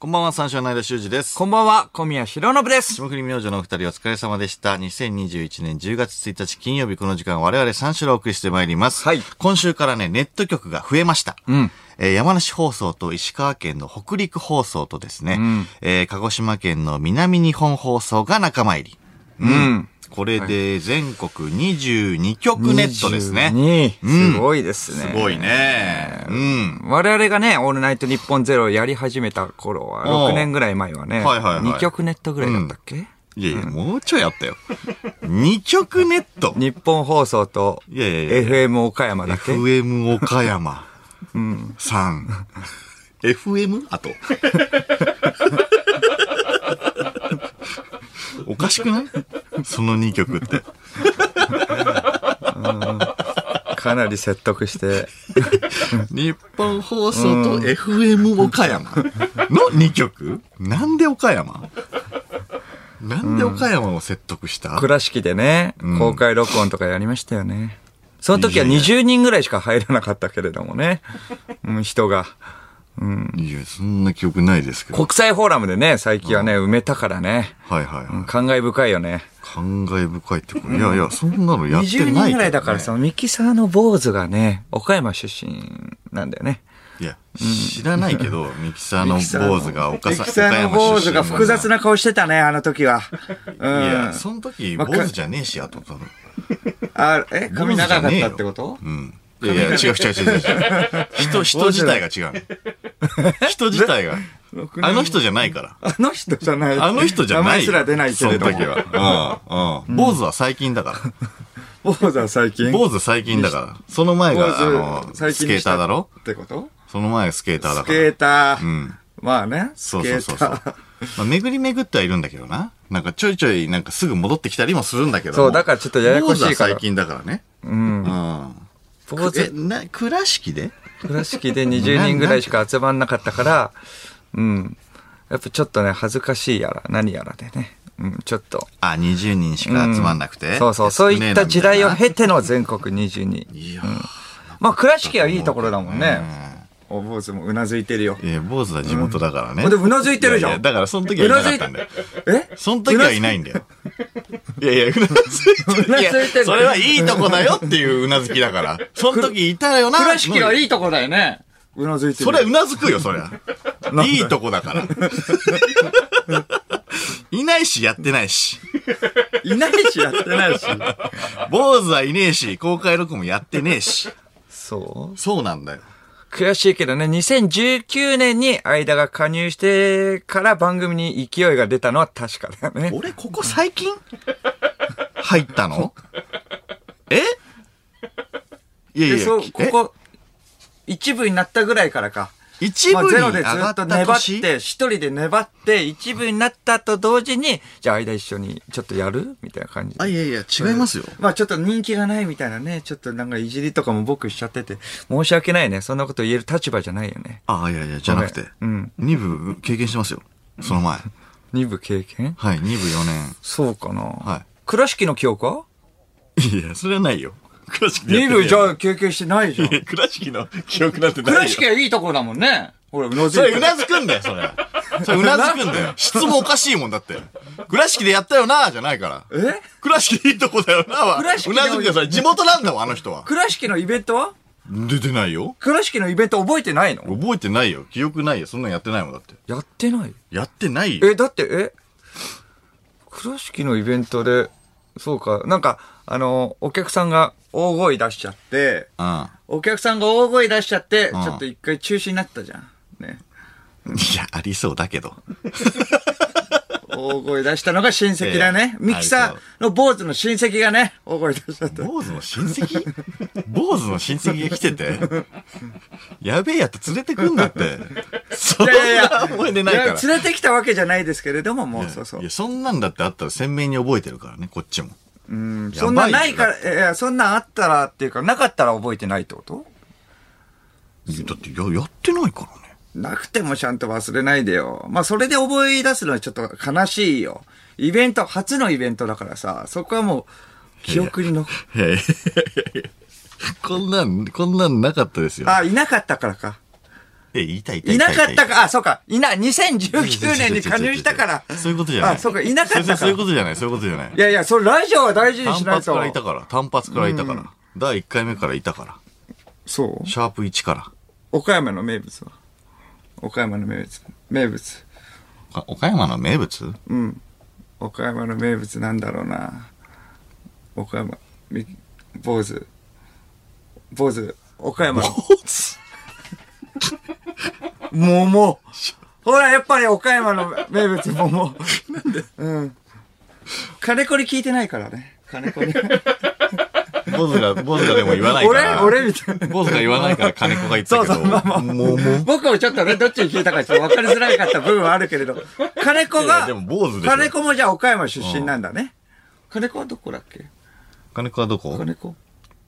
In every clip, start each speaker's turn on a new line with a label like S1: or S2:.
S1: こんばんは、三章の間修二です。
S2: こんばんは、小宮弘信です。
S1: 霜降り明星のお二人お疲れ様でした。2021年10月1日金曜日この時間我々三種をお送りしてまいります。
S2: はい
S1: 今週からね、ネット局が増えました。
S2: ん
S1: えー山梨放送と石川県の北陸放送とですね、
S2: ん
S1: えー鹿児島県の南日本放送が仲間入り。
S2: うん。
S1: これで全国22局ネットですね。
S2: 22すごいですね。
S1: すごい。ね。うん。
S2: 我々がね、オールナイト日本ゼロをやり始めた頃は、
S1: おう
S2: 6年ぐらい前はね、
S1: はいはいはい
S2: 2曲ネットぐらいだったっけ、
S1: いやいや、もうちょいあったよ。2局ネット。
S2: 日本放送と、
S1: いやいやいや
S2: FM 岡山だっけ
S1: FM 岡山さん。FM? あと。 おかしくないその2曲って。
S2: かなり説得して、
S1: 日本放送と FM 岡山の2曲なんで岡山なんで岡山を説得した
S2: 倉敷でね、公開録音とかやりましたよね。その時はい
S1: やいや
S2: 20人ぐらいしか入らなかったけれど もね、うん、人が。
S1: いや、そんな記憶ないですけど。
S2: 国際フォーラムでね、最近はね、埋めたからね、
S1: はいはいはい。
S2: 感慨深いよね。
S1: 感慨深いってこと。いやいや、そんなのやってないけ
S2: 20
S1: どね
S2: 人ぐらいだからそのミキサーの坊主がね、岡山出身なんだよね。
S1: いや、知らないけど、ミキサーの
S2: ミキサーの
S1: 坊主が岡
S2: ミ
S1: さ
S2: キサーの坊主が複雑。な顔してたね、あの時は。う
S1: 岡山出身のい
S2: ん
S1: や、。その時、坊
S2: わか
S1: 主じゃねえし、あと多分。
S2: あえ、髪長かったってこと
S1: うん。いやいや、違う違う違う違う。人、人自体が違うの。人自体が。あの人じゃないから。
S2: あの人じゃない。
S1: あの人じゃないよ。
S2: 名前すら出ないけれども。
S1: その時は。うん、うん。坊主は最近だか
S2: 坊主は最近。
S1: ら。坊主最近だから。その前が、あ
S2: 坊
S1: の、
S2: 主最
S1: ス
S2: 近
S1: ケ
S2: に
S1: ー
S2: し
S1: タ
S2: た
S1: ーだろ
S2: ってこと
S1: その前がスケーターだ
S2: ス
S1: から。
S2: ケーター。
S1: うん。
S2: まあね、ス
S1: そう
S2: ケ
S1: そうそ
S2: ー
S1: うそう。
S2: タ
S1: ま
S2: ー。
S1: あ、巡り巡ってはいるんだけどな。なんかちょいちょい、なんかすぐ戻ってきたりもするんだけども。
S2: そうだからちょっとややこしいから
S1: 坊主は最近だからね。
S2: うん。
S1: うん。
S2: 坊
S1: え、
S2: 主、
S1: な、倉敷で
S2: 倉敷で20人ぐらいしか集まんなかったから、うん。やっぱちょっとね、恥ずかしいやら、何やらでね。うん、ちょっと。
S1: あ、20人しか集まんなくて。
S2: そうそう、そういった時代を
S1: 経
S2: 経ての全国22。
S1: いや
S2: まあ、倉敷はいいところだもんね。
S1: ね。
S2: お坊主もうなずいてるよ。
S1: いや、坊主は地元だからね。
S2: うんでもうなずいてるじゃ
S1: いや
S2: ん
S1: いやだからその時はいなかったんだよ。
S2: え
S1: その時はいないんだよ。いやいや、うなずいてる。
S2: うなずいてる
S1: やそれはいいとこだよっていううなずきだから。その時いたよな。
S2: 倉敷はい
S1: い。
S2: いとこだよね。うなずいてる。
S1: それはうなずくよ、そりゃ。
S2: なんで
S1: いいとこだから。いないし、やってないし。
S2: いないし、やってな いし。
S1: 坊主はいねえし、公開録音もやってねえし。
S2: そう
S1: そうなんだよ。
S2: 悔しいけどね、2019年に間が加入してから番組に勢いが出たのは確かだよね。
S1: 俺、ここ最近入ったのえいやい
S2: で、
S1: や、
S2: そう、
S1: え
S2: ここ、一部になったぐらいからか。
S1: 一
S2: まあ、
S1: 部に
S2: ゼ
S1: 上
S2: ロでず
S1: が
S2: っ
S1: っ
S2: と
S1: た
S2: 粘っ
S1: 年
S2: て、一人で粘って、一部になったと同時に、じゃあ間一緒にちょっとやるみたいな感じで
S1: あ、いやいや、違いますよ。
S2: まあちょっと人気がないみたいなね、ちょっとなんかいじりとかも僕しちゃってて、申し訳ないね。そんなこと言える立場じゃないよね。
S1: あ、いやいや、じゃなくて。
S2: ごめんうん
S1: 二部経験してますよ。その前。
S2: 二部経験
S1: はい、二部四年。
S2: そうかな。
S1: は
S2: 倉敷の記憶はい
S1: や、それはないよ。倉敷でや
S2: 二
S1: ってねえよ
S2: 部じゃあ経験してないじゃん。
S1: いや倉敷の記憶なんてないよ。
S2: 倉敷はいいとこだもんね。ほら、うなず
S1: それ
S2: いて
S1: う
S2: る。
S1: なずくんだよ、それ。それうなずくんだよ。 質もおかしいもんだって。倉敷でやったよな、じゃないから。
S2: え
S1: 倉敷いいとこだよな、は。うな
S2: 倉
S1: ず
S2: 敷
S1: く
S2: の
S1: んだよ、それ。地元なんだわ、あの人は。
S2: 倉敷のイベントは
S1: 出てないよ。
S2: 倉敷のイベント覚えてないの
S1: 覚えてないよ。記憶ないよ。そんなんやってないもんだって。
S2: やってない
S1: やってないよ。
S2: え、だって、え倉敷のイベントで、そうか、なんか、あの、お客さんが大声出しちゃって、
S1: うん。
S2: お客さんが大声出しちゃって、
S1: ん
S2: ちょっと一回中止になったじゃん。ね。
S1: いや、ありそうだけど。
S2: 大声出したのが親戚だね。
S1: ええ
S2: ミキサーの坊主の親戚がね、大声出しち ゃった。
S1: 坊主の親戚坊主の親戚が来てて。やべえやつ連れてくんなって。そんな思い出ないから。
S2: いや連れてきたわけじゃないですけれども、もうそうそ
S1: いうや、。そんなんだってあったら鮮明に覚えてるからね、こっちも。
S2: うん
S1: やばいよ
S2: そんなんないから、いやいや、そんなんあったらっていうか、なかったら覚えてないってこと
S1: いやだってや、やってないからね。
S2: なくてもちゃんと忘れないでよ。まあ、それで思い出すのはちょっと悲しいよ。イベント、初のイベントだからさ、そこはもう、記憶に残
S1: いやいやいやいやこんなん、こんなんなかったですよ。
S2: あ、いなかったからか。
S1: え、いたいた
S2: いなかった
S1: か。
S2: か、あ、そうか、いな、2019年に加入したから。
S1: そういうことじゃない。
S2: あ、そうか、いなかっ
S1: それ
S2: た
S1: そう
S2: か
S1: いう。ことじゃない、そういうことじゃない
S2: い。やいや、それラジオは大事に
S1: 単
S2: しない
S1: 発からい
S2: と
S1: た。から、単発からいたから。第1回目からいたから。
S2: そう。
S1: シャープ1から。
S2: 岡山の名物は。岡山の名物。名物。
S1: あ岡山の名物
S2: うん。岡山の名物なんだろうな。岡山、み、坊主。坊主、岡山の。 桃。ほら、やっぱり岡山の名物、桃。なんでうん。金子に聞いてないからね。金子に。
S1: ボズが、ボズがでも言わないか
S2: 俺
S1: ら。
S2: 俺みたいな。
S1: ボズが言わないから金子が言ってたけど。
S2: そうそうまあまあ
S1: もうもう
S2: 僕もちょっとね、どっちに聞いたかちょっと分かりづらかった部分はあるけ れど、金子
S1: いやいや
S2: が
S1: で、も坊主でしょ
S2: 金子もじゃあ岡山出身なんだね。金子はどこだっけ
S1: 金子はどこ
S2: 金子。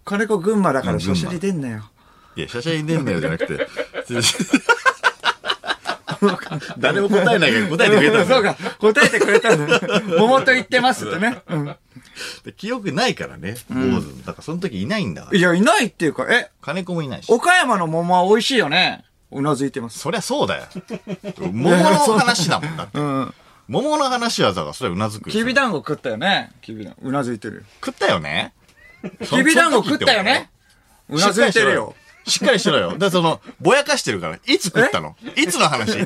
S2: 金子群馬だか
S1: うん
S2: ら
S1: 群
S2: 写
S1: 馬
S2: 真に出んなよ。
S1: いや、シャシャイ出んねよじゃなく て。誰も答えないけど答えてくれたんだ
S2: そう
S1: よ
S2: か、答えてくれ たんだね。桃と言ってますってね。うん。
S1: で記憶ないからね、坊主。だからその時いないんだから
S2: いや、いないっていうか、え、
S1: 金子もいないし。
S2: 岡山の桃は美味しいよね。うなずいてます。
S1: そりゃそうだよ。桃の話だもんだって。
S2: うん。
S1: 桃の話はだからそれはうなずくよ。
S2: きびだんご食ったよね。きびだんご。うなずいてるよ。
S1: 食ったよね
S2: きびだんご食ったよね。うなずいてるよ。。
S1: しっかりしろよ。だからその、ぼやかしてるから。いつ食ったのいつの話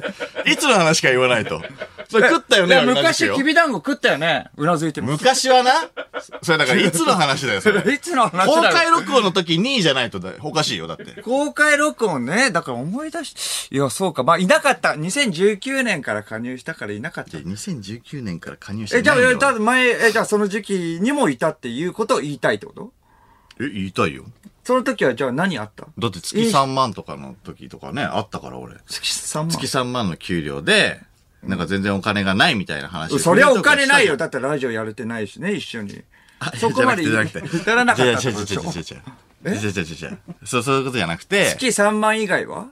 S1: いつの話か言わないと。それ食ったよね
S2: い
S1: は
S2: や
S1: うなずく
S2: 昔
S1: よ
S2: きびだんご食ったよね。うなずいてます。
S1: 昔はな、それだからいつの話だよ、それ。
S2: いつの話
S1: 公
S2: だ
S1: 開
S2: よ。
S1: 録音の時にじゃないとだおかしいよ、だって。
S2: 公開録音ね。だから思い出し、いや、そうか。まあ、いなかった。2019年から加入したからいなかった。
S1: 2019年から加入し
S2: え、じゃあ、
S1: よ
S2: えじゃあ前、え、じゃあその時期にもいたっていうことを言いたいってこと
S1: え、言いたいよ。
S2: その時はじゃあ何あった
S1: だって月3万とかの時とかね、あったから俺。
S2: 月3
S1: 月3万の給料で、なんか全然お金がないみたいな話。
S2: そりゃお金ないよ。。だってラジオやれてないしね、一緒に。そこまで
S1: じゃな
S2: 至
S1: くて、
S2: らなかったって
S1: じゃ
S2: こと
S1: あ
S2: で
S1: じ
S2: し
S1: ゃ
S2: ょ
S1: あじゃあじゃあじゃあじゃあじゃあじゃあじゃあそう、そういうことじゃなくて、
S2: 月3万以外は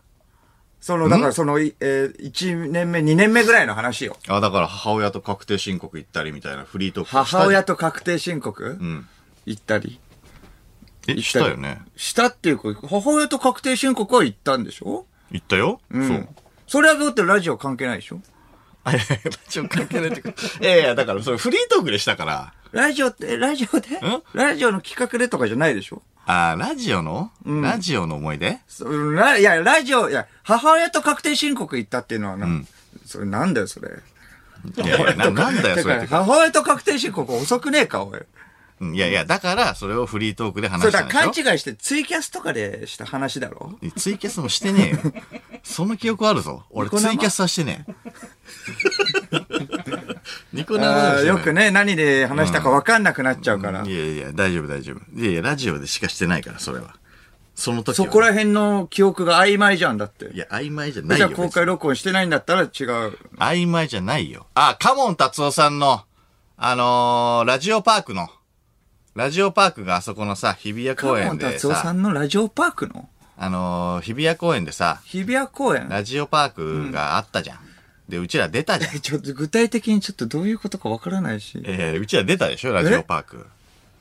S2: その、だからその、いえー、1年目、2年目ぐらいの話よ。
S1: あ、だから母親と確定申告行ったりみたいなフリートーク。
S2: 母親と確定申告、
S1: ん
S2: 行ったり。
S1: え、したよね。
S2: したっていうか、母親と確定申告は行ったんでしょ
S1: 行ったよ。そう。
S2: それはだってラジオ関係ないでしょ
S1: あ、いやいや、ラジオ関係ないってこといやいや、だから、それフリートークでしたから。
S2: ラジオって、ラジオで
S1: ん
S2: ラジオの企画でとかじゃないでしょ
S1: あーラジオの、ラジオの思い出
S2: そうラいや、ラジオ、いや、母親と確定申告行ったっていうのはな、それなんだよ、それ。
S1: いやいや、ななんだよ、
S2: だ
S1: そ
S2: か
S1: れっ
S2: ら、
S1: て。
S2: 母親と確定申告遅くねえか、おい。
S1: うんいやいや、だから、それをフリートークで
S2: そ
S1: 話
S2: れ
S1: した
S2: だ
S1: ん
S2: か
S1: で
S2: ら勘違い
S1: し
S2: してツイキャスとかでした話だろ
S1: ょツイキャスもしてねえよ。その記憶あるぞ。俺、ツ
S2: ニコ生
S1: イキャスはして ねえ。ニコ生
S2: あ
S1: はしてな
S2: ー
S1: い
S2: よく。ね、何で話したか分かんなくなっちゃうから
S1: い。やいや、大丈夫大丈夫。いやいや、ラジオでしかしてないから、それは。その時
S2: そ
S1: は。
S2: こら辺の記憶が曖昧じゃんだって
S1: い。や、曖昧じゃない
S2: じゃ
S1: よ。
S2: あ公開
S1: 別に
S2: 録音してないんだったら違う。
S1: 曖昧じゃないよ。あ、カモン達夫さんの、あのー、ラジオパークの、ラジオパークがあそこのさ、日比谷
S2: カ
S1: 公
S2: モ
S1: 園
S2: ン
S1: で
S2: 達夫さ
S1: さ、
S2: んのラジオパークの
S1: あのー、日比谷公園でさ、
S2: 日比谷公園
S1: ラジオパークがあったじゃん。で、うちら出たじゃん。
S2: え ちょっと具体的にちょっとどういうことかわからないし。
S1: えー、うちら出たでしょラジオパーク。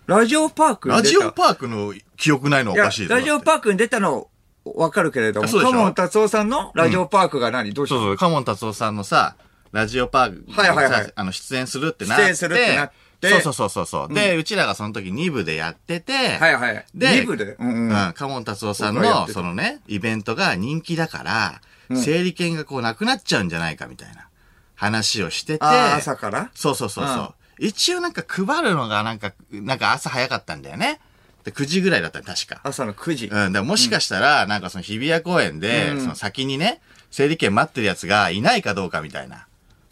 S2: ラジオパークに出
S1: ラ
S2: た
S1: ジオパークの記憶ないのお
S2: いや
S1: かしい、ぞ
S2: ラジオ
S1: ーク
S2: パークに出たのわかるけれども、
S1: あそうでし
S2: カ
S1: ょ
S2: モン達夫さんのラジオパークが何、どうし
S1: そう
S2: た
S1: そう、カモン達夫さんのさ、ラジオパークにさ
S2: はいはいはい
S1: あの、出演するってなって。
S2: 出演するってなって
S1: そうそうそうそうそう。で、うちらがその時2部でやってて。
S2: はいはい。
S1: で、
S2: 二部で。うんうん。
S1: うん、カモン達夫さん
S2: 僕がやっ
S1: の、
S2: てた
S1: そのね、イベントが人気だから、整理券がこうなくなっちゃうんじゃないかみたいな話をしてて、
S2: あー朝から
S1: そうそうそうそう。一応なんか配るのがなんか、なんか朝早かったんだよね。で、9時ぐらいだったの確か。
S2: 朝の9時。
S1: うん、でももしかしたら、なんかその日比谷公園で、その先にね、整理券待ってるやつがいないかどうかみたいな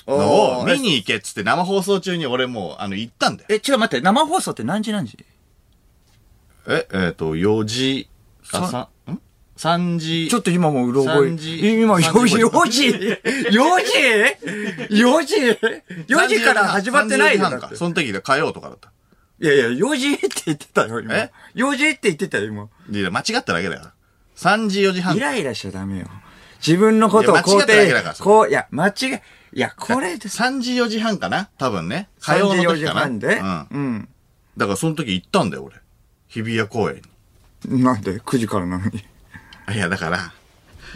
S1: の
S2: お
S1: を
S2: ー
S1: 見に行けっつって生放送中に俺もう、あの、行ったんだよ。
S2: え、ちょっと待って、生放送って何時何時
S1: え、えっ、と、4時、あ、さん、3時。
S2: ちょっと今もううろ覚え。
S1: 三時
S2: 今
S1: 三
S2: 4時、
S1: 時
S2: 4時 ?4 時 ?4 時 ?4 時から始まってないよ。
S1: 3時
S2: だ
S1: 半
S2: っ
S1: か
S2: て
S1: その時で火曜とかだった。
S2: いやいや、4時って言ってたよ、今
S1: え。
S2: 4時って言ってたよ、今。
S1: いや、間違っただけだよ。3時、4時半
S2: イ。ライラしちゃダメよ。自分のことを
S1: いや間違
S2: 肯
S1: っただけだ
S2: 定
S1: から。
S2: こう、いや、間違い、いや、これです。
S1: 3時、4時半かな多分ね。火曜
S2: 3時、
S1: の
S2: 4
S1: 時
S2: 時
S1: かな。
S2: 半で。
S1: うん。
S2: うん。
S1: だからその時行ったんだよ、俺。日比谷公園に
S2: なんで ?9 時からなのに。
S1: あ。いや、だから、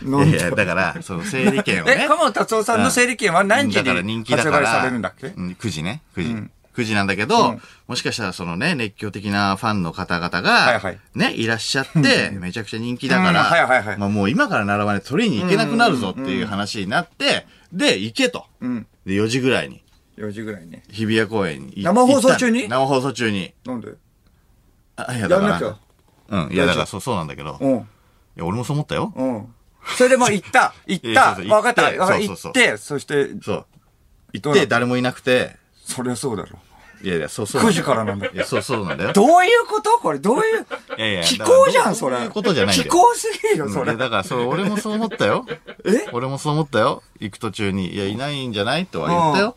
S2: なん
S1: い
S2: で
S1: やいやだから、その整理券をね
S2: え、。鴨達夫さんの整理券は何時
S1: だから人
S2: に
S1: 気だ
S2: 発
S1: から。
S2: 売されるんだっけ
S1: うん ?9 時ね。9時。9時なんだけど、もしかしたらそのね、熱狂的なファンの方々
S2: はい
S1: が
S2: はい、
S1: ね、いらっしゃって、めちゃくちゃ人気だか
S2: うんはいはいは
S1: ら
S2: い、
S1: まあもう今から並ばないと取りに行けなくなるぞっていう話になって、で、行けと。
S2: うん。
S1: で、4時ぐらいに、
S2: 4時ぐらいね。
S1: 日比谷公園に行
S2: 生放送中に
S1: 行ったの生放送中に。
S2: なんで
S1: あ、いや、
S2: や
S1: だ
S2: ん
S1: か
S2: なきゃ
S1: ら。。うん、いや、だからそう、そうなんだけど。い
S2: うん。
S1: や、俺もそう思ったよ。
S2: うん。それでもう行った。行 っ
S1: いや
S2: た。
S1: そうそう
S2: 分かった。
S1: 行って
S2: わかった
S1: そ
S2: 行
S1: うそうそう
S2: って、そして、
S1: そう。行
S2: どう
S1: っ
S2: な
S1: て、
S2: の
S1: 誰もいなくて、
S2: そりゃそうだろ。
S1: いやいや、そうそう。
S2: 9時からなんだ
S1: いや、そうそうなんだよ。
S2: どういうことこれ、どういう。
S1: いやいや
S2: 気候じゃん、それ。
S1: そういうことじゃないんだ
S2: 気
S1: よ
S2: 候すぎるよ、そ
S1: い
S2: れ
S1: や。だから、そう、俺もそう思ったよ。
S2: え
S1: 俺もそう思ったよ。行く途中に、いや、いないんじゃないとは言ったよ。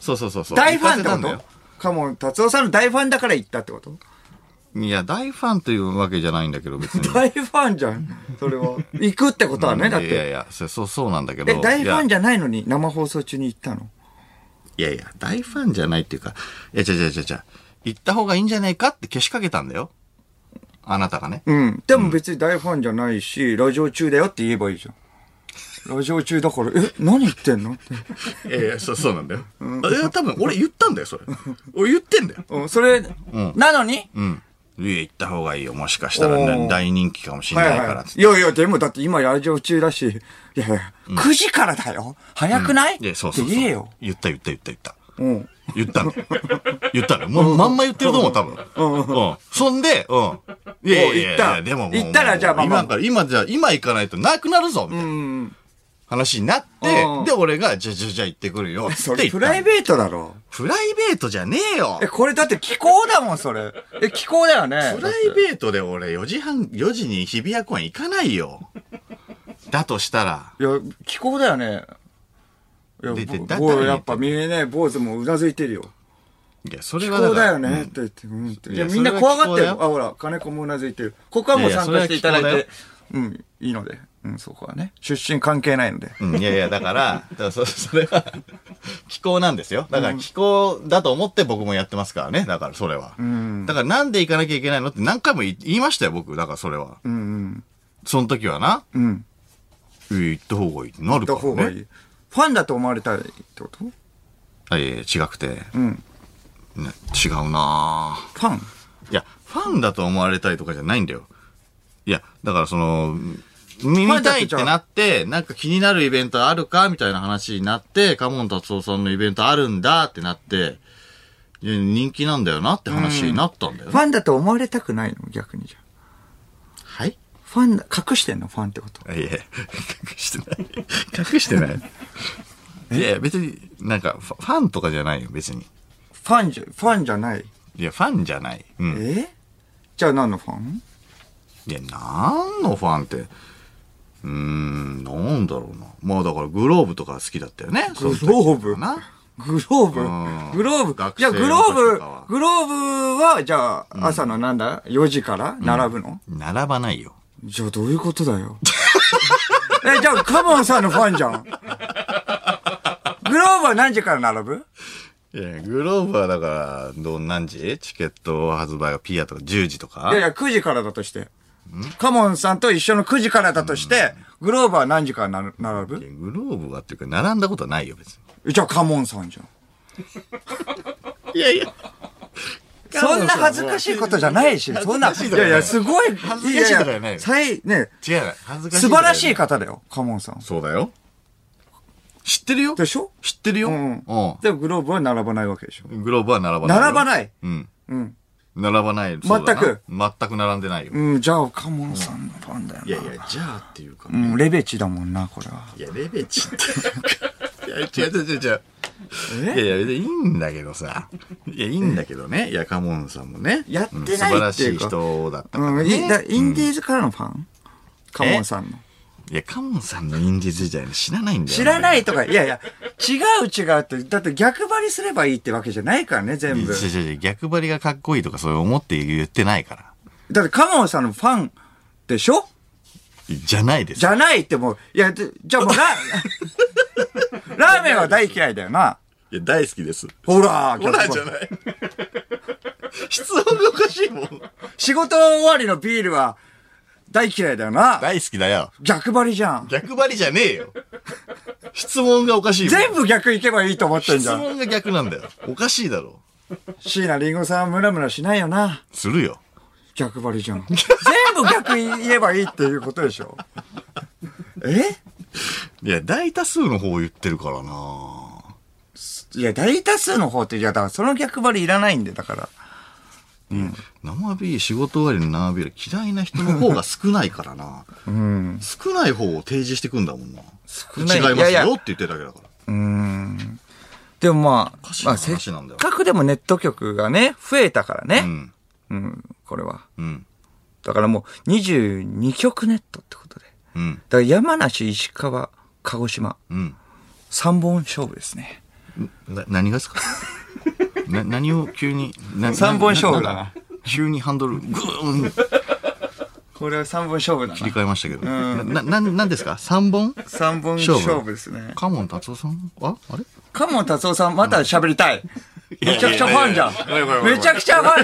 S1: そうそうそうそう。
S2: 大ファンって
S1: 行かせ
S2: こ
S1: たんだよ
S2: とカモン、達夫さんの大ファンだから行ったってこと
S1: いや、大ファンというわけじゃないんだけど、別に。
S2: 大ファンじゃん。それは。行くってことはね、だっ
S1: いやい
S2: て。
S1: や、そうそうそうなんだけど。
S2: え、大ファン
S1: じ
S2: じゃないのに生放送中に行ったの
S1: ゃいやいや、大ファンじゃないっていうか、いや、ちゃちゃちゃちゃ、行った方がいいんじゃないかってけしかけたんだよ。あなたがね。
S2: うん。でも別に大ファンじゃないし、路上中だよって言えばいいじゃん。路上中だから、え、何言ってんのって。
S1: いやいや、そうそうなんだよ。あいや、多分、俺言ったんだよ、それ。俺言ってんだよ。
S2: うん、それ、なのに
S1: うん。いや、行った方がいいよ。もしかしたら
S2: お
S1: ね、
S2: ー
S1: 大人気かもしれないからっつって。
S2: いやいや、でもだって今ラジオ中だし、いやいや、9時からだよ早くない、
S1: いや、そうそう
S2: っ
S1: そう。
S2: て言えよ。
S1: 言った言った言った言った。
S2: うん。
S1: 言ったの。言ったの。もう、まんま言ってると思う、多分。うん。そんで、うん。いやいやいや
S2: おう言った
S1: いやでももう
S2: 言ったらじゃあまあまあ
S1: 今から、今じゃあ、今行かないとなくなるぞ、みたいな
S2: うん。
S1: 話になっ
S2: うん
S1: て、で、俺が、じゃあじゃあじゃあ行ってくるよ、つ
S2: そ
S1: って
S2: れ
S1: 言
S2: プ
S1: った
S2: ライ
S1: の。
S2: ベートだろ。
S1: プライベートじゃねえよ
S2: え、。これだって気候だもん、それ。え、気候だよね。
S1: プライベートで俺、4時半、4時に日比谷公園行かないよ。だとしたら。
S2: いや、気候だよね。いや
S1: でで、だったら
S2: ぼ
S1: いい
S2: 坊
S1: ね
S2: やっぱ見えねえ坊主もうなずいてるよ。
S1: いや、それ
S2: 気
S1: はだ
S2: 候
S1: か
S2: だ
S1: ら。
S2: よね、って言って。うんっていや、
S1: いや
S2: みんな怖がって
S1: それ
S2: る。
S1: は気候だ
S2: あ、
S1: よ
S2: ほら、金子もうなずいてる。ここはも
S1: い
S2: う
S1: やいや
S2: 参加していただい
S1: それは
S2: て
S1: 気。
S2: うん、いいので。うん、そこはね。出身関係ないので。
S1: うん、いやいや、だから、だからそ それは、気候なんですよ。だから気候だと思って僕もやってますからね。だからそれは。
S2: ん
S1: だからなんで行かなきゃいけないのって何回も言い言いましたよ、僕。だからそれは。
S2: うん、
S1: その時はな、
S2: うん。うん。
S1: いや行った方がいいってな
S2: 行
S1: る
S2: った
S1: か
S2: 方
S1: ら
S2: がい
S1: ね。
S2: い。ファンだと思われたいってこと
S1: あいやいや、違くて。
S2: うん。
S1: ね、違うなぁ
S2: ファン
S1: いや、ファンだと思われたいとかじゃないんだよ。いや、だからその、見
S2: ァン
S1: た
S2: だっ
S1: い
S2: て
S1: っ
S2: じ
S1: て
S2: ゃあ
S1: なって、なんか気になるイベントあるかみたいな話になって、カモン達夫さんのイベントあるんだってなって、いや人気なんだよなって話になったんだよ
S2: フ
S1: ね。
S2: ァンだと思われたくないの逆にじゃあ
S1: はい
S2: ファンだ、隠してんのファンってこと。
S1: いやいや、隠してない。隠してない。 いやいや、別に、なんかファ、ファンとかじゃないよ、別に。
S2: ファンじゃ、ファンじゃない。
S1: いや、ファンじゃない。うん。
S2: えじゃあ何のファン
S1: いや、なんのファンって。うーん、なんだろうな。まあだから、グローブとか好きだったよね。
S2: グロ
S1: その
S2: ー
S1: 時
S2: ブ
S1: かな
S2: グロー
S1: ん
S2: ブグローブ
S1: 学
S2: じゃ
S1: 生
S2: あ
S1: の
S2: グロー
S1: 時
S2: ブ
S1: とかは、
S2: グローブは、じゃあ、朝のなんだ ?4 時から並ぶの、
S1: 並ばないよ。
S2: じゃあどういうことだよ。 え、じゃあカモンさんのファンじゃん。グローブは何時から並ぶ
S1: いや、グローブはだから、どん何時チケット発売がピアとか10時とか
S2: いやいや、9時からだとして。カモンさんと一緒の9時からだとして、グローブは何時からな並ぶ
S1: いやグローブはっていうか、並んだことはないよ、別に。
S2: じゃあカモンさんじゃん。
S1: いやいや。
S2: そんな恥ずかしいことじゃないし、そんな、い
S1: とかじ
S2: や
S1: ゃない
S2: いや、すごい、
S1: 恥ずかしいとかじゃないよ
S2: やや最、ね、
S1: 違う、恥ずかしい。
S2: 素晴らしい。方だよ、カモンさん。
S1: そうだよ。知ってるよ
S2: でしょ
S1: 知ってるよ。
S2: うん
S1: う
S2: でもグローブは並ばないわけでしょ。
S1: ん。グローブは並ばないよ。
S2: 並ばない。
S1: うん。
S2: うん。
S1: 並ばない。そうだな
S2: 全く。
S1: 全く並んでないよ。
S2: うん、じゃあカモンさんのファンだよな。
S1: いやいや、じゃあっていうか。
S2: うん、レベチだもんな、これは。
S1: いや、レベチって。いや、違う違う違う違う。いや
S2: え
S1: いや、別にいいんだけどさ。いや、いいんだけどね。いや、カモンさんもね。
S2: やってないっていうか
S1: 素晴らしい人だったから
S2: うん、いだ
S1: ね。
S2: インディーズからのファンカモンさんの。
S1: いや、カモンさんのインディーズ時代の知らないんだよ。
S2: 知ら
S1: い
S2: ないとか、いやいや、違う違うって、だって逆張りすればいいってわけじゃないからね、全
S1: 違う
S2: 部。
S1: 違う違う逆張りがかっこいいとかそう思って言ってないから。
S2: だってカモンさんのファンでしょ
S1: じゃないです。
S2: じゃないってもう、いや、でじゃあもうラ、 ラーメンは大嫌いだよな。
S1: いや、大好きです。
S2: ほら、
S1: ほら
S2: 逆張り
S1: じゃない。質問がおかしいもん。
S2: 仕事終わりのビールは大嫌いだよな。
S1: 大好きだよ。
S2: 逆張りじゃん。
S1: 逆張りじゃねえよ。質問がおかしいもん。
S2: 全部逆行けばいいと思ってん
S1: 質
S2: じゃん。
S1: 問が逆なんだよ。おかしいだろ。
S2: 椎名林檎さんはムラムラしないよな。
S1: するよ。
S2: 逆張りじゃ ん。全部逆言えばいいっていうことでしょ。え
S1: いや、大多数の方を言ってるからない
S2: や、大多数の方って、いや、だからその逆張りいらないんで、だから。
S1: 生ビール、仕事終わりの生ビール、嫌いな人の方が少ないからな
S2: うん。
S1: 少ない方を提示してくんだもんな。
S2: 少ない
S1: 違いま
S2: い
S1: す
S2: やい
S1: よ
S2: や
S1: って言ってるだけだから。
S2: うん。でもまあ
S1: かし、い
S2: まあ、せっ
S1: 話なんだよ
S2: かくでもネット局がね、増えたから
S1: う
S2: ね。
S1: ん。
S2: うん、これは。
S1: うん。
S2: だからもう22局ネットってことで。
S1: うん。
S2: だから山梨、石川、鹿児島、
S1: うん。
S2: 3本勝負ですね。
S1: な、何がですか な、何を急に、な
S2: 三本勝負だな。
S1: ん急にハンドル、ぐーん
S2: これは3本勝負だ
S1: 切り
S2: な。
S1: 替えましたけど。な、な、なんですか三本
S2: 3本
S1: 勝負
S2: 勝負ですね。
S1: カモン達夫さんああれ
S2: カモン達夫さん、また喋りたい。めちゃくちゃファンじゃ
S1: いやいやいや
S2: ん。めちゃくちゃファ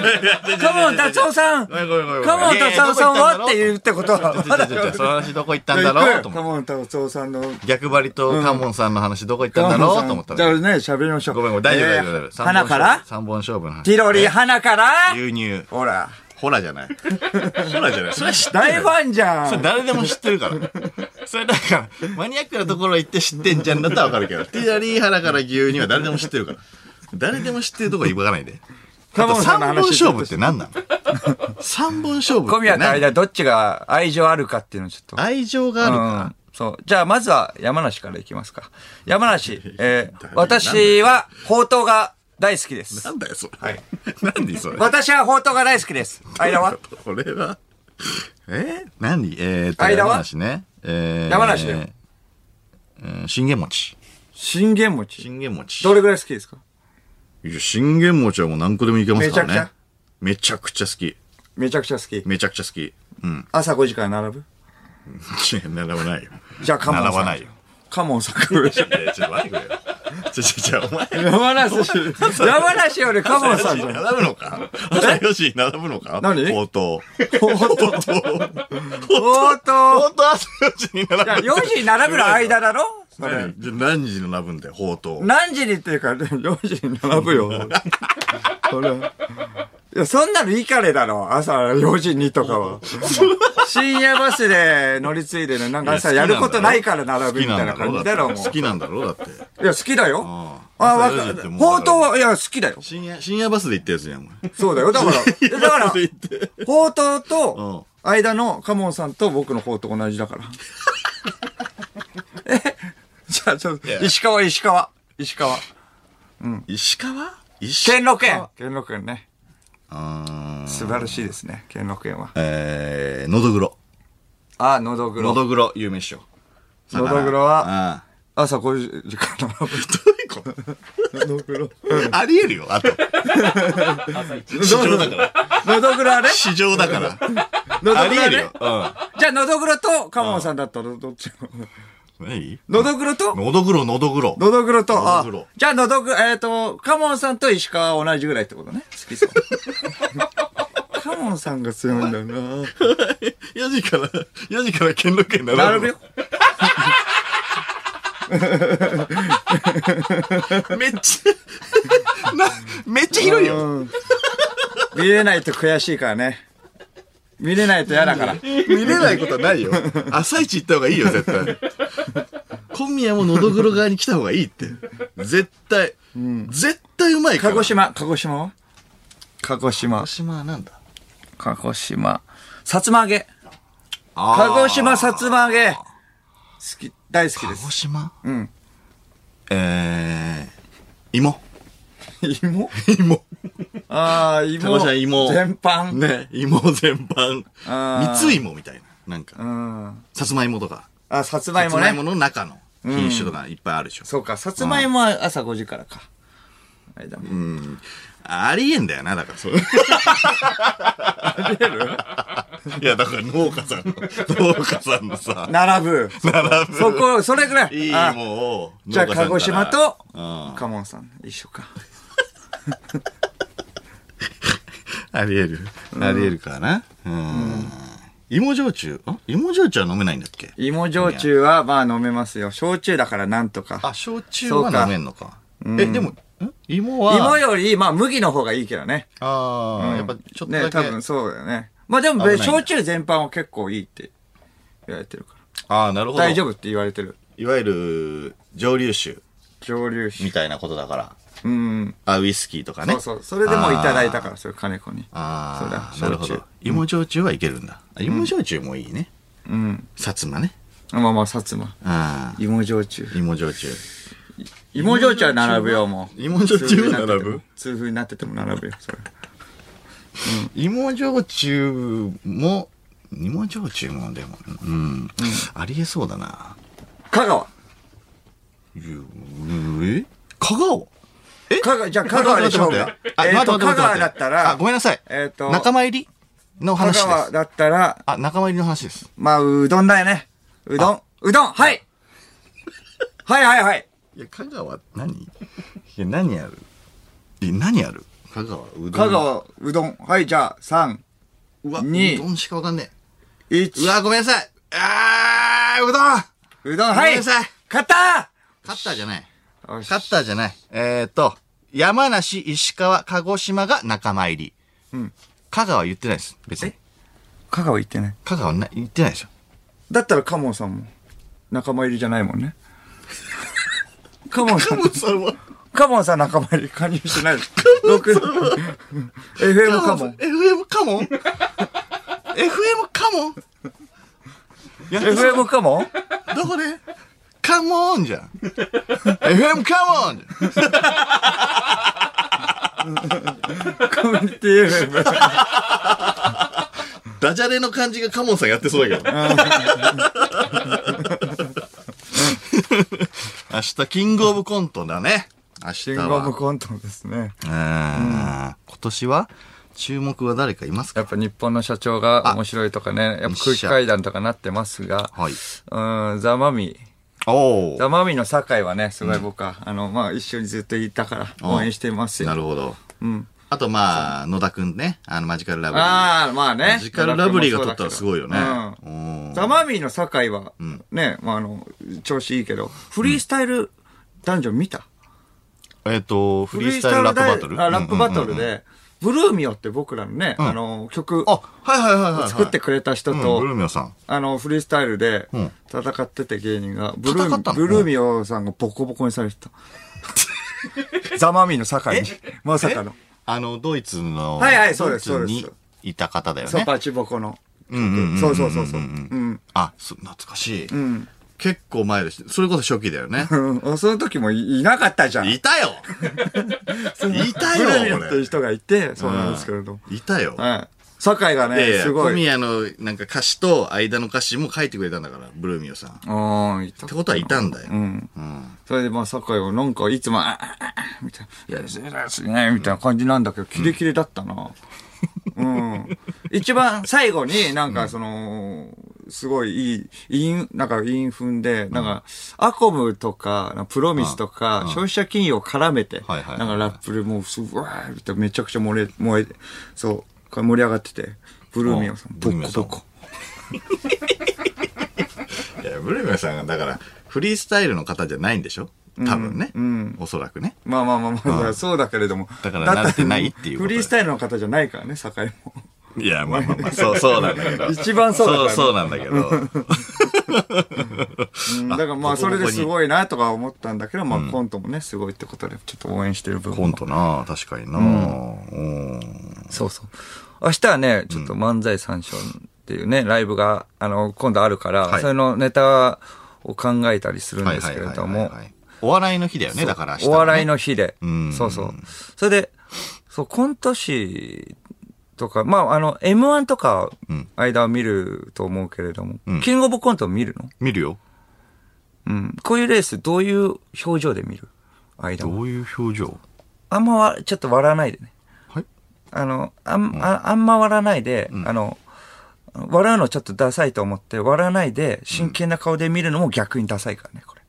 S2: ン。カモン達夫さん、カ
S1: やいやいやいや
S2: モン達夫さんはって言うってことは、まだ
S1: ちょちょちょその話どこ行ったんだろうと思
S2: カ
S1: って。
S2: モン達夫さんの。
S1: 逆張りとカモンさんの話どこ行ったんだろうと思った
S2: じ
S1: ら
S2: ゃあ。ね、喋りましょう。
S1: ごめんごめん、大丈夫
S2: えー
S1: 大丈夫大丈夫。
S2: 花から
S1: 三本勝負の話。
S2: ティロリー花から
S1: 牛乳。
S2: ほら。
S1: ほらじゃない。ほらじゃない。それ知って
S2: 大ファンじゃ
S1: それ
S2: ん。
S1: 誰でも知ってるから。それだから、マニアックなところ行って知ってんじゃんだったらわかるけど、 ティラリー原から牛乳は誰でも知ってるから。誰でも知ってるとこは言わないで。
S2: タモリ
S1: 三
S2: さんの
S1: 本
S2: 話
S1: 勝負って何なの 三本勝負って
S2: 小宮と
S1: 何
S2: 間どっちが愛情あるかっていうのをちょっと。
S1: 愛情がある
S2: うん
S1: か
S2: そう。じゃあ、まずは山梨からいきますか。山梨、えー
S1: 誰
S2: 私は、ほうとうが大好きで
S1: ら。
S2: す
S1: な。んだよ、それ。何それ。
S2: 私はほうとうが大好きです。間は
S1: これは。え何えーと、
S2: 間は
S1: 山梨ね。えー
S2: 山梨だよ
S1: えー信玄餅。
S2: 信玄餅。
S1: 信玄餅。
S2: どれぐらい好きですか
S1: いや信玄餅はもう何個でもいけますから
S2: めちゃ
S1: ね
S2: くちゃ。
S1: めちゃくちゃ好き。
S2: めちゃくちゃ好き。
S1: めちゃくちゃ好き。うん。
S2: 朝5時から並ぶ
S1: いや、並ばないよ。
S2: じゃあ、カモンさん。
S1: 並ばないよ。
S2: カモンさんからでしょ。
S1: いや、ちょっと待ってくれよ。 ちょ、ちょ、ちょ、お前、
S2: 山梨、 山梨よりカモンさんじゃん。
S1: 並ぶのか朝4時に並ぶのか
S2: 何
S1: ほうと
S2: ほうと
S1: う。ほ
S2: う。
S1: う
S2: ほうとう。
S1: とう朝4時に並ぶ
S2: じゃあ、4時に並ぶの間だろそれ。
S1: 何じゃあ何時に並ぶんだよ、ほうとう。
S2: 何時にっていうか、4時に並ぶよ。それ。いや、そんなのいいかれだろ。朝4時にとかは。深夜バスで乗り継いでね、なんか朝やることないから並ぶみたいな感じだろ、もう。
S1: 好きなんだろう、だって。
S2: いや、好きだよ。
S1: あ
S2: あ
S1: あ
S2: あ、わ
S1: 朝4
S2: か
S1: 時って
S2: る。
S1: もう
S2: ほうとうは、いや、好きだよ。
S1: 深夜、深夜バスで行ったやつじゃん、お前。
S2: そうだよ。 だ から、だから
S1: 深夜バスで、行って。
S2: ほうとうと、間のカモンさんと僕のほうとう同じだから。 えじゃあ、ちょっと
S1: いや、
S2: 石川、石川、石川。
S1: 石川石
S2: 兼六園兼六園ね。
S1: あー
S2: 素晴らしいですね、兼六園は。
S1: えー、のどぐろ。
S2: ああ、のどぐ
S1: の
S2: ろ。
S1: どぐろ、有名っしょ。
S2: のどぐろは
S1: ああ
S2: 朝5時から並
S1: ど
S2: ぶ。
S1: ういうこと
S2: のどぐろ。
S1: ありえるよ、あと。市場だから。
S2: のどぐろあれ
S1: 市場だから。
S2: の
S1: あ
S2: どぐ
S1: り
S2: ろ
S1: え
S2: あ
S1: る
S2: れ
S1: よ。う
S2: じゃあ、のどぐろとカモンさんだったらどっち
S1: ん。何
S2: のどぐろと
S1: のどぐろ、のどぐろ。
S2: のどぐろと、
S1: のど
S2: あ
S1: ぐろ、
S2: じゃあのどぐ、えっ、と、カモンさんと石川は同じぐらいってことね。好きそう。 カモンさんが強いんだよな。
S1: 4時から、4時から兼六園並ぶ。
S2: 並ぶよ。
S1: めっちゃ、な、めっちゃ広いよ。
S2: うん見れないと悔しいからね。見れないと嫌だから。
S1: 見れないことはないよ。朝一行った方がいいよ、絶対。小宮ものどぐろ側に来た方がいいって。絶対。絶対うまいか
S2: 鹿
S1: ら。
S2: 児。島、鹿児島は鹿児島
S1: 鹿児。島はなんだ
S2: 鹿児島。さつま揚げ。
S1: 鹿
S2: 鹿児島さつま揚げ。好き、大好きで
S1: 鹿
S2: す
S1: 児。島
S2: うん。
S1: えー、芋。
S2: 芋
S1: 芋。
S2: ああ、芋。
S1: 鹿児島芋
S2: 全般。
S1: ね、芋全般。
S2: あー
S1: 三つ芋みたいな。なん
S2: う
S1: か、
S2: ん。
S1: さつまいもとか。
S2: あ、さつま
S1: さ
S2: い
S1: つ
S2: も
S1: まい
S2: ね
S1: も。の中の品種とかいっぱいあるでしょ。
S2: そうか、さつまいもは朝5時からか。あれだもん。
S1: うん。ありえんだよな、だから、それ。いや、だから農家さんの、農家さんのさ、
S2: 並ぶ。
S1: 並ぶ。
S2: そこ、それぐらい。
S1: いい
S2: あ
S1: 芋を。
S2: じゃあ、
S1: 農家さんから
S2: 鹿児島と
S1: うん、
S2: カモンさん、一緒か。
S1: ありえる。ありえるかな。うん。芋焼酎ん芋焼酎は飲めないんだっけ
S2: 芋焼酎はまあ飲めますよ。焼酎だからなんとか。
S1: あ、焼酎は飲めんのか。え、でも、ん芋は、
S2: 芋より、まあ麦の方がいいけどね。
S1: ああ、やっぱちょっとだけ、
S2: ね、多分そうだよね。まあでも、
S1: 危ないんだ
S2: 焼酎全般は結構いいって言われてるから。
S1: ああ、なるほど。
S2: 大丈夫って言われてる。
S1: いわゆる、蒸留酒
S2: 蒸留酒。
S1: みたいなことだから。
S2: うん。
S1: あ、ウイスキーとかね。
S2: そうそう。それでもういただいたから、それ金子に。そう
S1: あ
S2: だ
S1: あ、なるほ
S2: 焼
S1: ど
S2: 酎。
S1: 芋焼酎はいけるんだ。あ芋焼酎もいいね。
S2: うん。
S1: 薩摩ね。
S2: まあまあ、薩摩。
S1: ああ、
S2: 芋焼酎。
S1: 芋焼酎。
S2: 芋焼酎は並ぶよ、もう。
S1: 芋焼酎は並ぶ
S2: 痛風になってても並ぶよ、それ。
S1: 芋焼酎も、芋焼酎もでも、うん、ありえそうだな。
S2: 香川。
S1: ゆえ香川
S2: 香川、じゃあ香川でしょう
S1: 待
S2: か
S1: って待って待って。あ
S2: えっ
S1: 待
S2: と、
S1: って
S2: 香
S1: 待って待って
S2: 川だったら、
S1: あ、ごめんなさい。
S2: えっと
S1: 仲間入りの
S2: 香
S1: 話で
S2: 川
S1: す。
S2: だったら、
S1: あ、仲間入りの話です。
S2: まあ、うどんだよね。うどん、うどん、はいはいはいはい。
S1: いや、香川、何いや、何やるいや何やる香川、うどん。
S2: 香。川、うどん。はい、じゃあ、3、
S1: うわ、う
S2: に
S1: どんしかわかんねえ。う
S2: 1、
S1: わ、ごめんなさい。あー、うどん
S2: うどん、はい
S1: ごめんなさい
S2: 勝った
S1: カッターじゃない。
S2: よし
S1: カッターじゃない。えーっと、山梨、石川、鹿児島が仲間入り。
S2: うん。
S1: 香川言ってないです。別に。
S2: 香川行ってない。
S1: 香川な言ってないでしょ。
S2: だったら、カモンさんも、仲間入りじゃないも んね。カモンさん、
S1: さんは
S2: カモンさん仲間入り加入してない。六 FM カモン。
S1: FM カモン ?FM カモンいや
S2: FM カモン
S1: どこでカモンじゃん !FM カモン
S2: コミュニティ FM。
S1: ダジャレの感じがカモンさんやってそうだけど。 明日、キングオブコントだね。明日
S2: キングオブ
S1: は。
S2: コントですね。
S1: うん今年は注目は誰かいますか
S2: やっぱ日本の社長が面白いとかね、やっぱ空気階段とかなってますが、
S1: はい。
S2: うん、ザ・マミィ。
S1: お
S2: ザ・マミィの酒井はね、すごい僕は、あの、まあ、一緒にずっといたから、応援してますよ。
S1: な
S2: る
S1: るほど。
S2: うん。
S1: あと、まあ、野田くんね。あの、マジカルラブリー。
S2: ああ、まあね。
S1: マジカルラブリーが取ったらすごいよね。
S2: うん
S1: うん
S2: ザ・マミィの酒井は、ね、まあ、あの、調子いいけど、フリースタイル男女見た
S1: えっ、と、フリースタイルラップバトル
S2: フリースタイルあラップバト
S1: うんう
S2: ル
S1: んうん
S2: で、ブルーミオって僕らのね、あの、曲
S1: あ、はいはいはいはい、はい。
S2: 作ってくれた人
S1: うん
S2: と
S1: ブ、ルーミオさん。
S2: あの、フリースタイルで
S1: ん
S2: 戦ってて芸人が、ブル
S1: 戦った
S2: ー
S1: の
S2: ブルーミオさんがボコボコにされて た。ザ・マミィの酒井に。まさかの。
S1: あの、ドイツの、
S2: はいはいそうです
S1: ドイツに
S2: そうで
S1: いた方だよ
S2: そう、
S1: ね。
S2: バチボコの。
S1: うんうんうんうん
S2: そうそうそうそう。うん。
S1: あ、そ懐かしい、
S2: うん。。
S1: 結構前です。それこそ初期だよね
S2: うんその時もいいなかったじゃん。
S1: いたよいた
S2: ブルーミ
S1: よ
S2: オっていう
S1: 俺
S2: 人がいて、そうなんですけれども。
S1: いたよ。
S2: はい。酒井が
S1: いやい
S2: ね、
S1: や
S2: すご
S1: 小
S2: い。
S1: 宮のなんか歌詞と間の歌詞も書いてくれたんだから、ブルーミオさん。っ
S2: うん、いた
S1: て。ことはいたんだよ。
S2: うん。それでまあ、酒井はなんかいつも、ああああみたいな、いや、そうですね、みたいな感じなんだけど、キレキレだったな。うん。一番最後になんかその、すごいいい、イン、なんかイン踏んで、なんか、アコムとか、プロミスとか、消費者金融を絡めて、
S1: はいはいはい
S2: なんかラップでもう、すごい、みたいなめちゃくちゃ漏れ、燃えて、そう、これ盛り上がってて、ブルーミオさ、
S1: うんん
S2: ボッコボコ。
S1: いや、ブルーミオさんが、だから、フリースタイルの方じゃないんでしょ多分ね、
S2: うん
S1: おそらくね。
S2: まあまあまあまあ、いやそうだけれども。
S1: だから慣れてないっていうこと
S2: フリースタイルの方じゃないからね、酒井も。
S1: いや、まあまあまあ、 そう、そうなんだけど。
S2: 一番そうだからね
S1: そう、そうなんだけ ど。
S2: だからまあ、
S1: ボコ
S2: そ
S1: ボコ
S2: れ
S1: に
S2: ですごいなとか思ったんだけど、まあ、コントもね、すごいってことで、ちょっと応援してる部
S1: コ
S2: 分
S1: ン
S2: も。
S1: トな確かにな、うん
S2: そうそう。明日はね、ちょっと漫才三章っていうね、ライブが、あの、今度あるから、
S1: はい
S2: それのネタを考えたりするんですけれども、
S1: お笑いの日だよね、だから明日はね、
S2: お笑いの日で
S1: うん、
S2: そうそう。それで、そう、コント師とか、まあ、あの、M1 とか、間を見ると思うけれども、
S1: うん
S2: キングオブコント見るの
S1: 見るよ。
S2: うん。こういうレース、どういう表情で見る間は
S1: どういう表情
S2: あんまわ、ちょっと笑わないでね。
S1: はい。
S2: あの、あん、ああんま笑わないで、あの、笑うのちょっとダサいと思って、笑わないで、真剣な顔で見るのも逆にダサいからね、これ。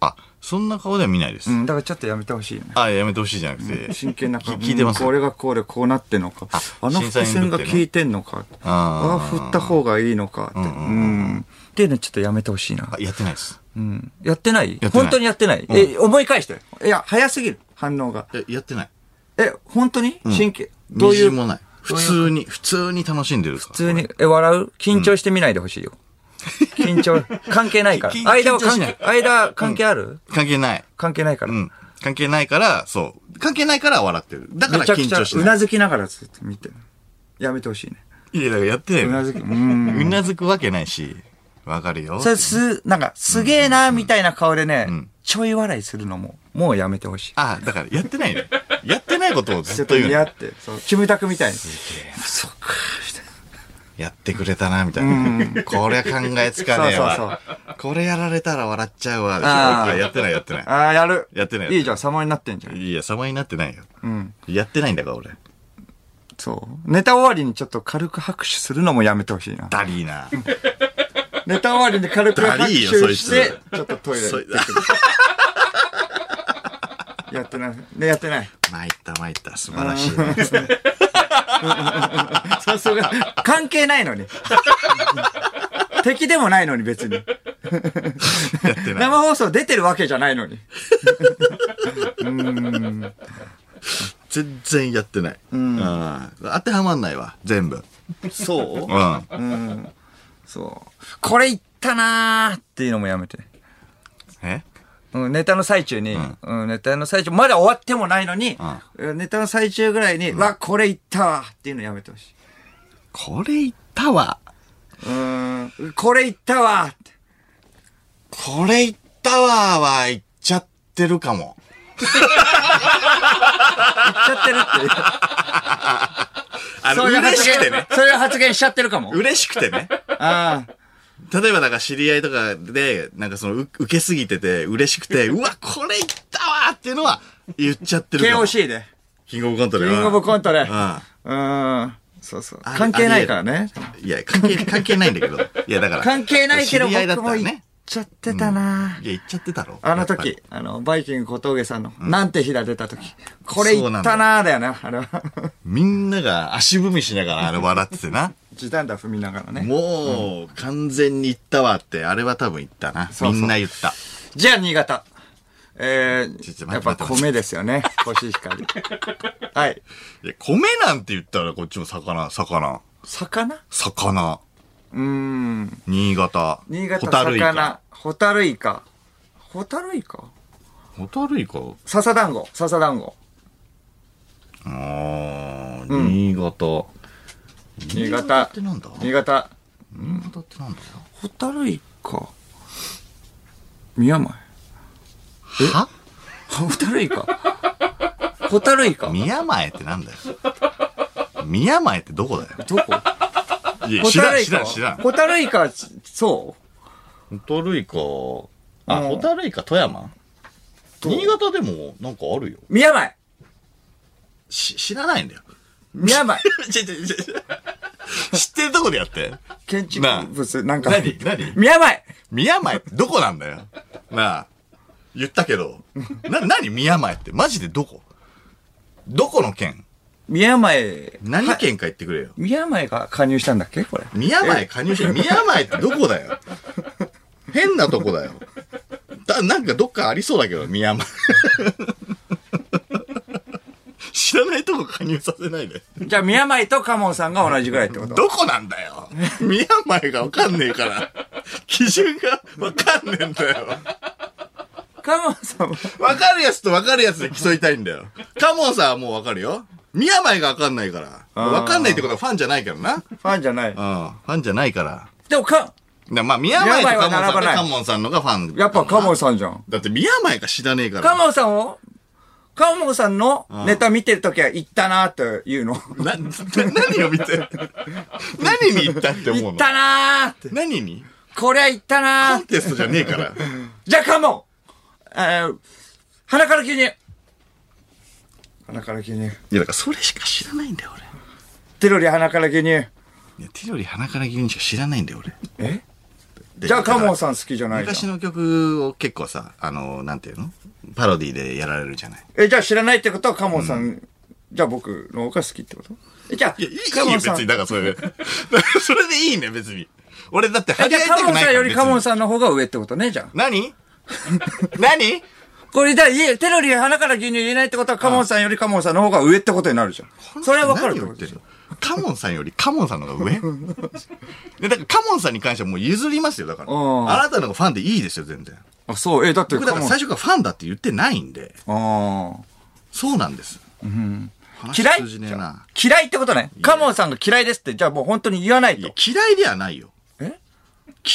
S1: あ、そんな顔では見ないです。
S2: うん、だからちょっとやめてほしいよ ね。
S1: あ、やめてほしいじゃなくて。
S2: 真剣な顔。
S1: き聞いてます
S2: うんこれがこうでこうなってんのか。あの伏線が効いてんのか。あ
S1: あ
S2: あ、振った方がいいのかって。うん。っていうのちょっとやめてほしいな
S1: あ。。やってないです。
S2: うん。やってない
S1: やってない
S2: 本当にやってない。
S1: ん
S2: え、思い返して。いや、早すぎる。反応が。
S1: や、やってない。
S2: え、本当に神経。
S1: ど
S2: ど
S1: う
S2: う
S1: い
S2: いうう。
S1: もない。普通に、普通に楽しんでる普
S2: 普通に、え、笑う緊張して見ないでほしいよ。緊張、関係ないから
S1: き。
S2: 間 は
S1: 緊張し
S2: 関
S1: ない
S2: 係、間関係ある
S1: 関係ない。
S2: 関係ないから
S1: う。ん。関係ないから、そう。関係ないから笑ってる。だから
S2: めちゃく
S1: 緊
S2: ちゃ
S1: 張し
S2: う
S1: な
S2: なずきながらずっと見てる。やめてほしいね。
S1: い。いや、だからやって
S2: う
S1: な
S2: ないずき。うん。
S1: うなずくわけないし、わかるよ。
S2: それす、なんか、すげえな、みたいな顔でね
S1: ん、
S2: ちょい笑いするのも、もうやめてほしい。
S1: あ、だからやってないの。やってないことを
S2: ち
S1: ず
S2: ょ
S1: っ
S2: っ
S1: と
S2: と
S1: 言う
S2: 似
S1: の
S2: 合って、そう、キムタクみたいに。そっか、みたいな。
S1: やってくれたな、みたいな。これは考えつかねえ
S2: そう
S1: わ。これやられたら笑っちゃうわ。
S2: あー
S1: やってない、やってない。
S2: ああ、やる。
S1: やってない
S2: いいじゃん、様になってんじゃん。
S1: いや、様になってないよ。
S2: うん。
S1: やってないんだから、俺。
S2: そう。ネタ終わりにちょっと軽く拍手するのもやめてほしいな。
S1: ダリーな。
S2: ネタ終わりに軽く
S1: ダ
S2: 拍
S1: リー
S2: 手
S1: よそいつ
S2: して、ちょっとトイレ
S1: そい
S2: やってない。ね、やってない。
S1: 参った参った、素晴らしいなですね。
S2: さすが。関係ないのに。敵でもないのに、別に。
S1: やってない。
S2: 生放送出てるわけじゃないのに。
S1: 全然やってない。うん。当てはまんないわ、全部。
S2: そう
S1: うん。
S2: そう。これ言ったなーっていうのもやめて。
S1: え
S2: うん、ネタの最中に、うん、ネタの最中、まだ終わってもないのに、ネタの最中ぐらいに、わ、これ言ったわっていうのやめてほしい。
S1: これ言ったわ。
S2: うーん、これ言ったわって。
S1: これ言ったわは言っちゃってるかも。
S2: 言っちゃってるっていう。
S1: あの、
S2: そういう
S1: 嬉
S2: 発
S1: しくて
S2: 言
S1: ね。、
S2: そういう発言しちゃってるかも。
S1: 嬉しくてね。
S2: ああ。
S1: 例えばなんか知り合いとかで、なんかその、う受けすぎてて嬉しく て、うわ、これ言ったわっていうのは言っちゃってるかも。
S2: KOC で。
S1: キングオブコント
S2: キ
S1: では。
S2: ングオブコントで。う
S1: あ
S2: ーん。そうそう。関係ないからね。
S1: いや、関係、関係ないんだけど。いや、だから。
S2: 関係ないけど、
S1: 知り合いだ
S2: 僕
S1: った
S2: も
S1: ら
S2: 言っ
S1: ね。
S2: ちゃってたなー
S1: いや、言っちゃってたろ。
S2: あの
S1: やっぱ
S2: 時
S1: り。、
S2: あの、バイキング小峠さんの、なんて日だ出た時、これ言ったなーだよな、あれは。
S1: みんなが足踏みしながらあれ笑っててな。
S2: 時短だ踏みながらね。
S1: もう、完全に言ったわって、あれは多分言ったな。
S2: そうそう
S1: みんな言った。
S2: じゃあ、新潟。え
S1: ちょちょ
S2: ー、や
S1: 待
S2: っ
S1: って
S2: ぱ米ですよね、コシヒカ リ。はい。
S1: いや、米なんて言ったらこっちも魚、魚。
S2: 魚
S1: 魚。
S2: うーん。
S1: 新潟。
S2: 新潟、
S1: ホタルイカ。
S2: 魚。ホタルイカ。ホタルイカ
S1: ホタルイカ
S2: 笹団子、笹団子。
S1: あー、新潟。
S2: 新潟
S1: ってなんだ
S2: 新潟。
S1: 新潟ってなんだ
S2: ホタルイカ。宮前。
S1: は
S2: ホタルイカ。ホタルイカ。
S1: 宮前ってなんだよ。 宮前ってどこだよ。
S2: どこ
S1: いや、
S2: ホ
S1: 知
S2: タ
S1: ら
S2: ル
S1: ん、
S2: イ
S1: 知
S2: カ
S1: ら
S2: は
S1: ん、知らん。ホ
S2: ホタルイカは、そ
S1: タルイカ、あ、
S2: うん
S1: ホタルイカ富山
S2: う
S1: 新潟でもなんかあるよ。
S2: う宮前
S1: し、知らないんだ よ。
S2: 宮前
S1: ちょちょちょちょ知ってるとこでやって。
S2: 建築
S1: なあ
S2: 物、なんか。
S1: 何何
S2: 宮前
S1: 宮前ってどこなんだよ。なあ。言ったけど。な、何宮前って。マジでどこどこの県
S2: 宮前、
S1: 何県か言ってくれよ。
S2: 宮前が加入したんだっけこれ。
S1: 宮前加入して、宮前ってどこだよ。変なとこだよ。だ、なんかどっかありそうだけど、宮前。知らないとこ加入させないで。
S2: じゃあ宮前とカモンさんが同じぐらいってこと
S1: どこなんだよ。宮前がわかんねえから。基準がわかんねえんだよ。
S2: カモンさんは、
S1: わかるやつとわかるやつで競いたいんだよ。カモンさんはもうわかるよ。宮前がわかんないから。
S2: ー
S1: わかんないってことはファンじゃないからな。うん。フ
S2: ファンじゃない。
S1: ァンじゃないから。
S2: でもか、
S1: なまあ、宮前と
S2: 宮
S1: カ
S2: 前は
S1: モンさん
S2: 並ば
S1: で
S2: ない
S1: カモンさんのがファン。
S2: やっぱカモン
S1: さん。
S2: さんじゃん。
S1: だって宮前が知らねえか
S2: カ
S1: ら。
S2: モンさんを、カモンさんのネタ見てるときは行ったなーっていうの。
S1: な、な何を見て。何に行ったって思う
S2: 行
S1: の
S2: ったなーって。
S1: 何に
S2: こりゃ行ったな
S1: コ
S2: ーっ
S1: ン
S2: て。
S1: テストじゃねえから。
S2: じゃあカモンえー、鼻から急に。鼻から急
S1: い
S2: に。
S1: や、だからそれしか知らないんだよ、俺。
S2: 手より鼻から急に。
S1: いや、手より鼻から牛乳しか知らないんだよ、俺。
S2: えじゃあ、カモンさん好きじゃないじゃん
S1: 昔の曲を結構さ、あの、なんていうのパロディでやられるじゃない。
S2: え、じゃあ知らないってことはカモンさん、じゃあ僕の方が好きってことえ、じゃあ、
S1: いや、いい
S2: カモ
S1: よ、
S2: ン
S1: 別
S2: さん。
S1: に。
S2: え、じ
S1: だからそれで。だ からそれでいいね、別に。俺だって、は
S2: ゃあカモンさんよりカモン
S1: さ
S2: さんの方が上ってことね、じゃあ。
S1: ん。何 何
S2: これ、じゃあ、いえテロリー鼻から牛乳入れないってことはカモンさんよりカモンさんの方が上ってことになるじゃん。それはわかるって
S1: 何
S2: こ
S1: を言って
S2: と
S1: る
S2: でしょ
S1: のカモンさんよりカモンさんの方が上 でだからカモンさんに関してはもう譲りますよ、だから。
S2: うん
S1: あなたの方がファンでいいですよ、全然。
S2: あ、そう、え、だって
S1: 僕だ
S2: カ
S1: から
S2: モン
S1: 最初からファンだって言ってないんで。
S2: あ
S1: そうなんです。
S2: あ。
S1: 話
S2: 嫌い
S1: 通じねえな。
S2: 嫌いってことね。カモンさんが嫌いですって、じゃあもう本当に言わない
S1: いや
S2: と。
S1: 嫌いではないよ。
S2: え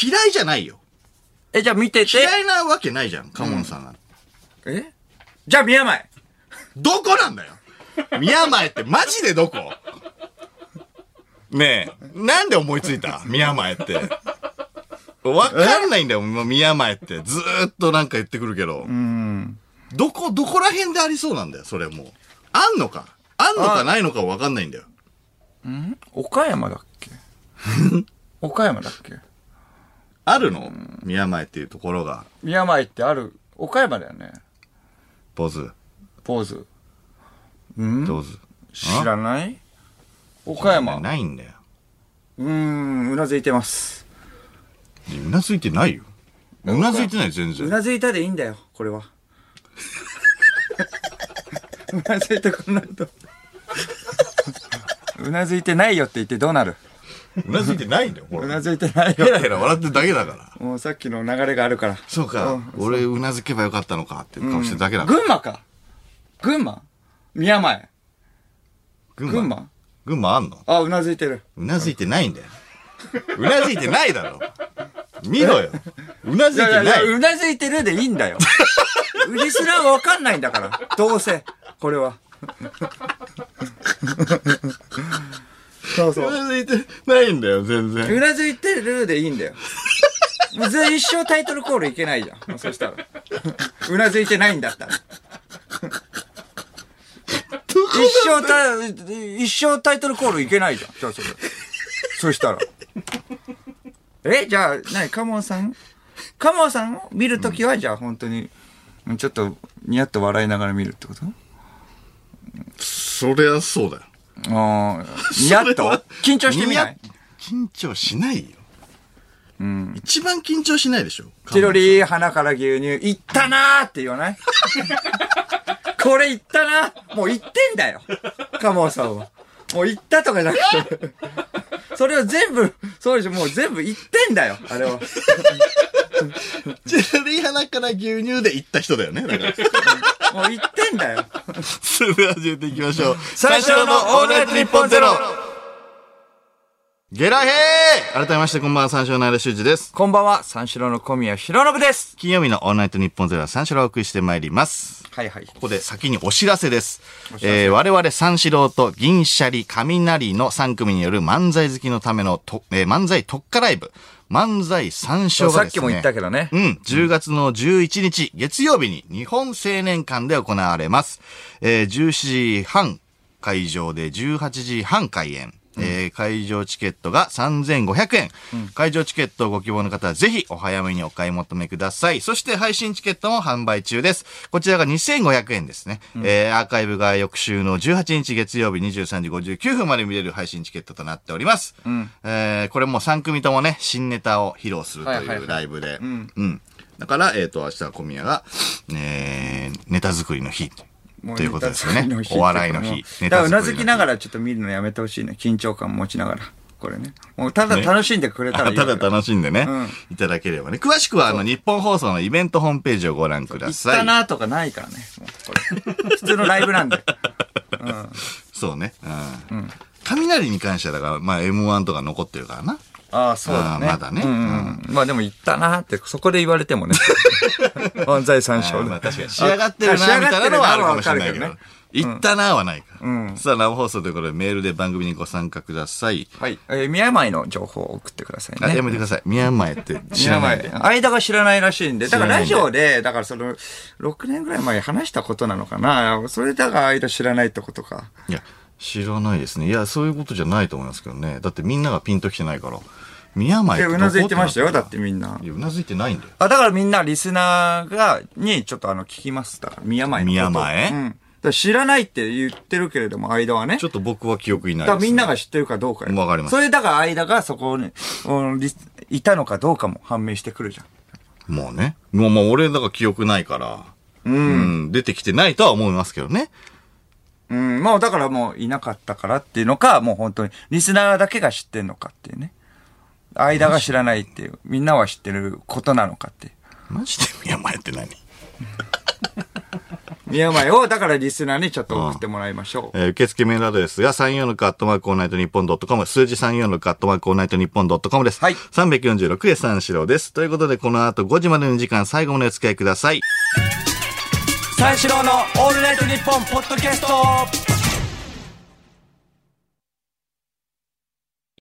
S1: 嫌いじゃないよ。
S2: え、じゃあ見てて。
S1: 嫌いなわけないじゃん、カモンさんなんて
S2: えじゃあ宮前。
S1: どこなんだよ宮前ってマジでどこねえ、なんで思いついた宮前って。わかんないんだよ、もう宮前って。ずーっとなんか言ってくるけど。どこ、どこら辺でありそうなんだよ、それもう。あんのかあんのかないのかわかんないんだよ。
S2: 岡山だっ け岡山だっけ
S1: あるの宮前っていうところが。
S2: 宮前ってある、岡山だよね。
S1: ポーズ、
S2: ポーズ。うん
S1: どうず。
S2: 知らない岡山。う
S1: ないんだよ。
S2: ーん、うなずいてます。
S1: うなずいてないよ。うなずいてない、全
S2: う
S1: 然。
S2: なずいたでいいんだよ、これは。うなずいてこんないと。うなずいてないよって言ってどうなる
S1: うなずいてないんだよ、ほ
S2: う
S1: ら。
S2: なずいてない
S1: ヘラ
S2: よ。
S1: ヘラ笑ってるだけだから。
S2: もうさっきの流れがあるから。
S1: そうか、俺うなずけばよかったのかっていう顔してるだけだ、
S2: 群馬か。群馬宮前。
S1: 群
S2: 群馬
S1: 群馬あんの
S2: あ、うなずいてる。
S1: うなずいてないんだよ。うなずいてないだろ。見ろよ。うなず
S2: い
S1: い
S2: や
S1: て
S2: い
S1: な
S2: や
S1: い。
S2: いや、うなずいてるでいいんだよ。うりすらわかんないんだから。どうせ。これは。そうそうう。
S1: なずいてないんだよ、全然。
S2: うなずいてるでいいんだよ。もうず一生タイトルコールいけないじゃん。もうそしたら。うなずいてないんだったら。一生タ、一生タイトルコールいけないじゃん。じゃあそれ。そしたら。え、じゃあ、なに、カモンさんカモンさんを見るときは、じゃあ本当に、ちょっと、ニヤッと笑いながら見るってこと
S1: そりゃそうだよ。
S2: ああ、ニヤッと緊張してみない
S1: 緊張しないよ。うん。一番緊張しないでしょ。
S2: チロリー、鼻から牛乳、いったなーって言 わないこれいったなーもういってんだよ。カモンさんは。もういったとかじゃなくて。それを全部、そうでしょ、もう全部いってんだよ、あれは。
S1: チロリー鼻から牛乳で行った人だよね。だから。
S2: もういってんだよ。
S1: それでは始めていきましょう。
S2: 最初のオールナイトニッポンゼロ
S1: ゲラヘー改めましてこんばんは、三四郎の間修二です。
S2: こんばんは、三四郎の小宮浩信です。
S1: 金曜日のオールナイトニッポンゼロは三四郎をお送りしてまいります。
S2: はいはい。
S1: ここで先にお知らせです。えー我々三四郎と銀シャリ、雷の3組による漫才好きのためのと、えー漫才特化ライブ、漫才三四郎が
S2: さ
S1: で
S2: っ
S1: すね
S2: きも言ったけどね。
S1: うん、10月の11日、月曜日に日本青年館で行われます。えー17時半会場で18時半開演。えー会場チケットが3500円、会場チケットをご希望の方はぜひお早めにお買い求めください。そして配信チケットも販売中です。こちらが2500円ですね。えーアーカイブが翌週の18日月曜日23時59分まで見れる配信チケットとなっております。えーこれも3組ともね、新ネタを披露すると
S2: はいはい
S1: い
S2: は
S1: う
S2: い
S1: ライブで。うん。だから、えっ、と、明日は小宮が、えー、ネタ作りの日。ということですよね
S2: もうネタ作り日。
S1: お笑いの日。
S2: だからうなずきなが
S1: ら。
S2: らちょっと見るのやめてほしいね。緊張感持ちながら。これね。もうただ楽しんでくれたらいいよ。
S1: ただ楽しんでね、
S2: う
S1: いただければね。詳しくは、あの、日本放送のイベントホームページをご覧くだ
S2: 行っ
S1: さ
S2: た
S1: い。
S2: なとかないからね。もうこれ普通のライブ なんで。
S1: そうね。うん。雷に関しては、だから、まあ、M1 とか残ってるからな。
S2: ああ、そう
S1: だねああまだね
S2: まあでも行ったなって、そこで言われ てもね。漫才三章
S1: あーまあ
S2: で。
S1: 確かに仕上がってるなみ
S2: あ仕上
S1: た
S2: が
S1: いなの
S2: ってる
S1: は
S2: な
S1: ある
S2: は
S1: か
S2: わ
S1: もしれ
S2: かる
S1: ない
S2: け
S1: け
S2: ど
S1: ど
S2: ね。
S1: 行ったなはないか。
S2: ん
S1: さあ、生放送ということでメールで番組にご参加ください。
S2: はい。えー、宮前の情報を送ってください
S1: あ、や
S2: ね。
S1: めてください。宮前って知らないで。
S2: 宮前間が知らないらしいんで。だからラ
S1: 知
S2: ジ
S1: らない
S2: オで、だからその、6年ぐらい前に話したことなのかな。それだから間知らないってことか。
S1: いや、知らないですね。いや、そういうことじゃないと思いますけどね。だってみんながピンときてないから。宮前
S2: いや、うなずいてましたよ。だっててみんな
S1: な。。いや、うなずいてないんだよ。
S2: あ、だからみんな、リスナーが、に、ちょっとあの、聞きます。だから、宮前のこ
S1: 宮
S2: と。
S1: 前
S2: うん。だから知らないって言ってるけれども、間はね。
S1: ちょっと僕は記憶にないで
S2: だから
S1: す、ね。
S2: みんなが知ってるかどうかよ
S1: わかります
S2: それだから間がそこに、うんリスいたのかどうかも判明してくるじゃん。
S1: もうね。もう、まあ、俺、だから記憶ないから。うん。出てきてないとは思いますけどね。
S2: うん、まあだからもういなかったからっていうのか、もう本当にリスナーだけが知ってんのかっていうね。間が知らないっていう、みんなは知ってることなのかっていう。
S1: マジで宮前って何
S2: 宮前をだからリスナーにちょっと送ってもらいましょう。
S1: えー受付メールアドレスが346アットマークオールナイトニッポンドットコム、数字346アットマークオールナイトニッポンドットコムです。
S2: はい
S1: 346で三四郎です。ということで、この後5時までの時間、最後までお付き合いください。
S2: 三四郎のオールナイトニッポンポッドキャスト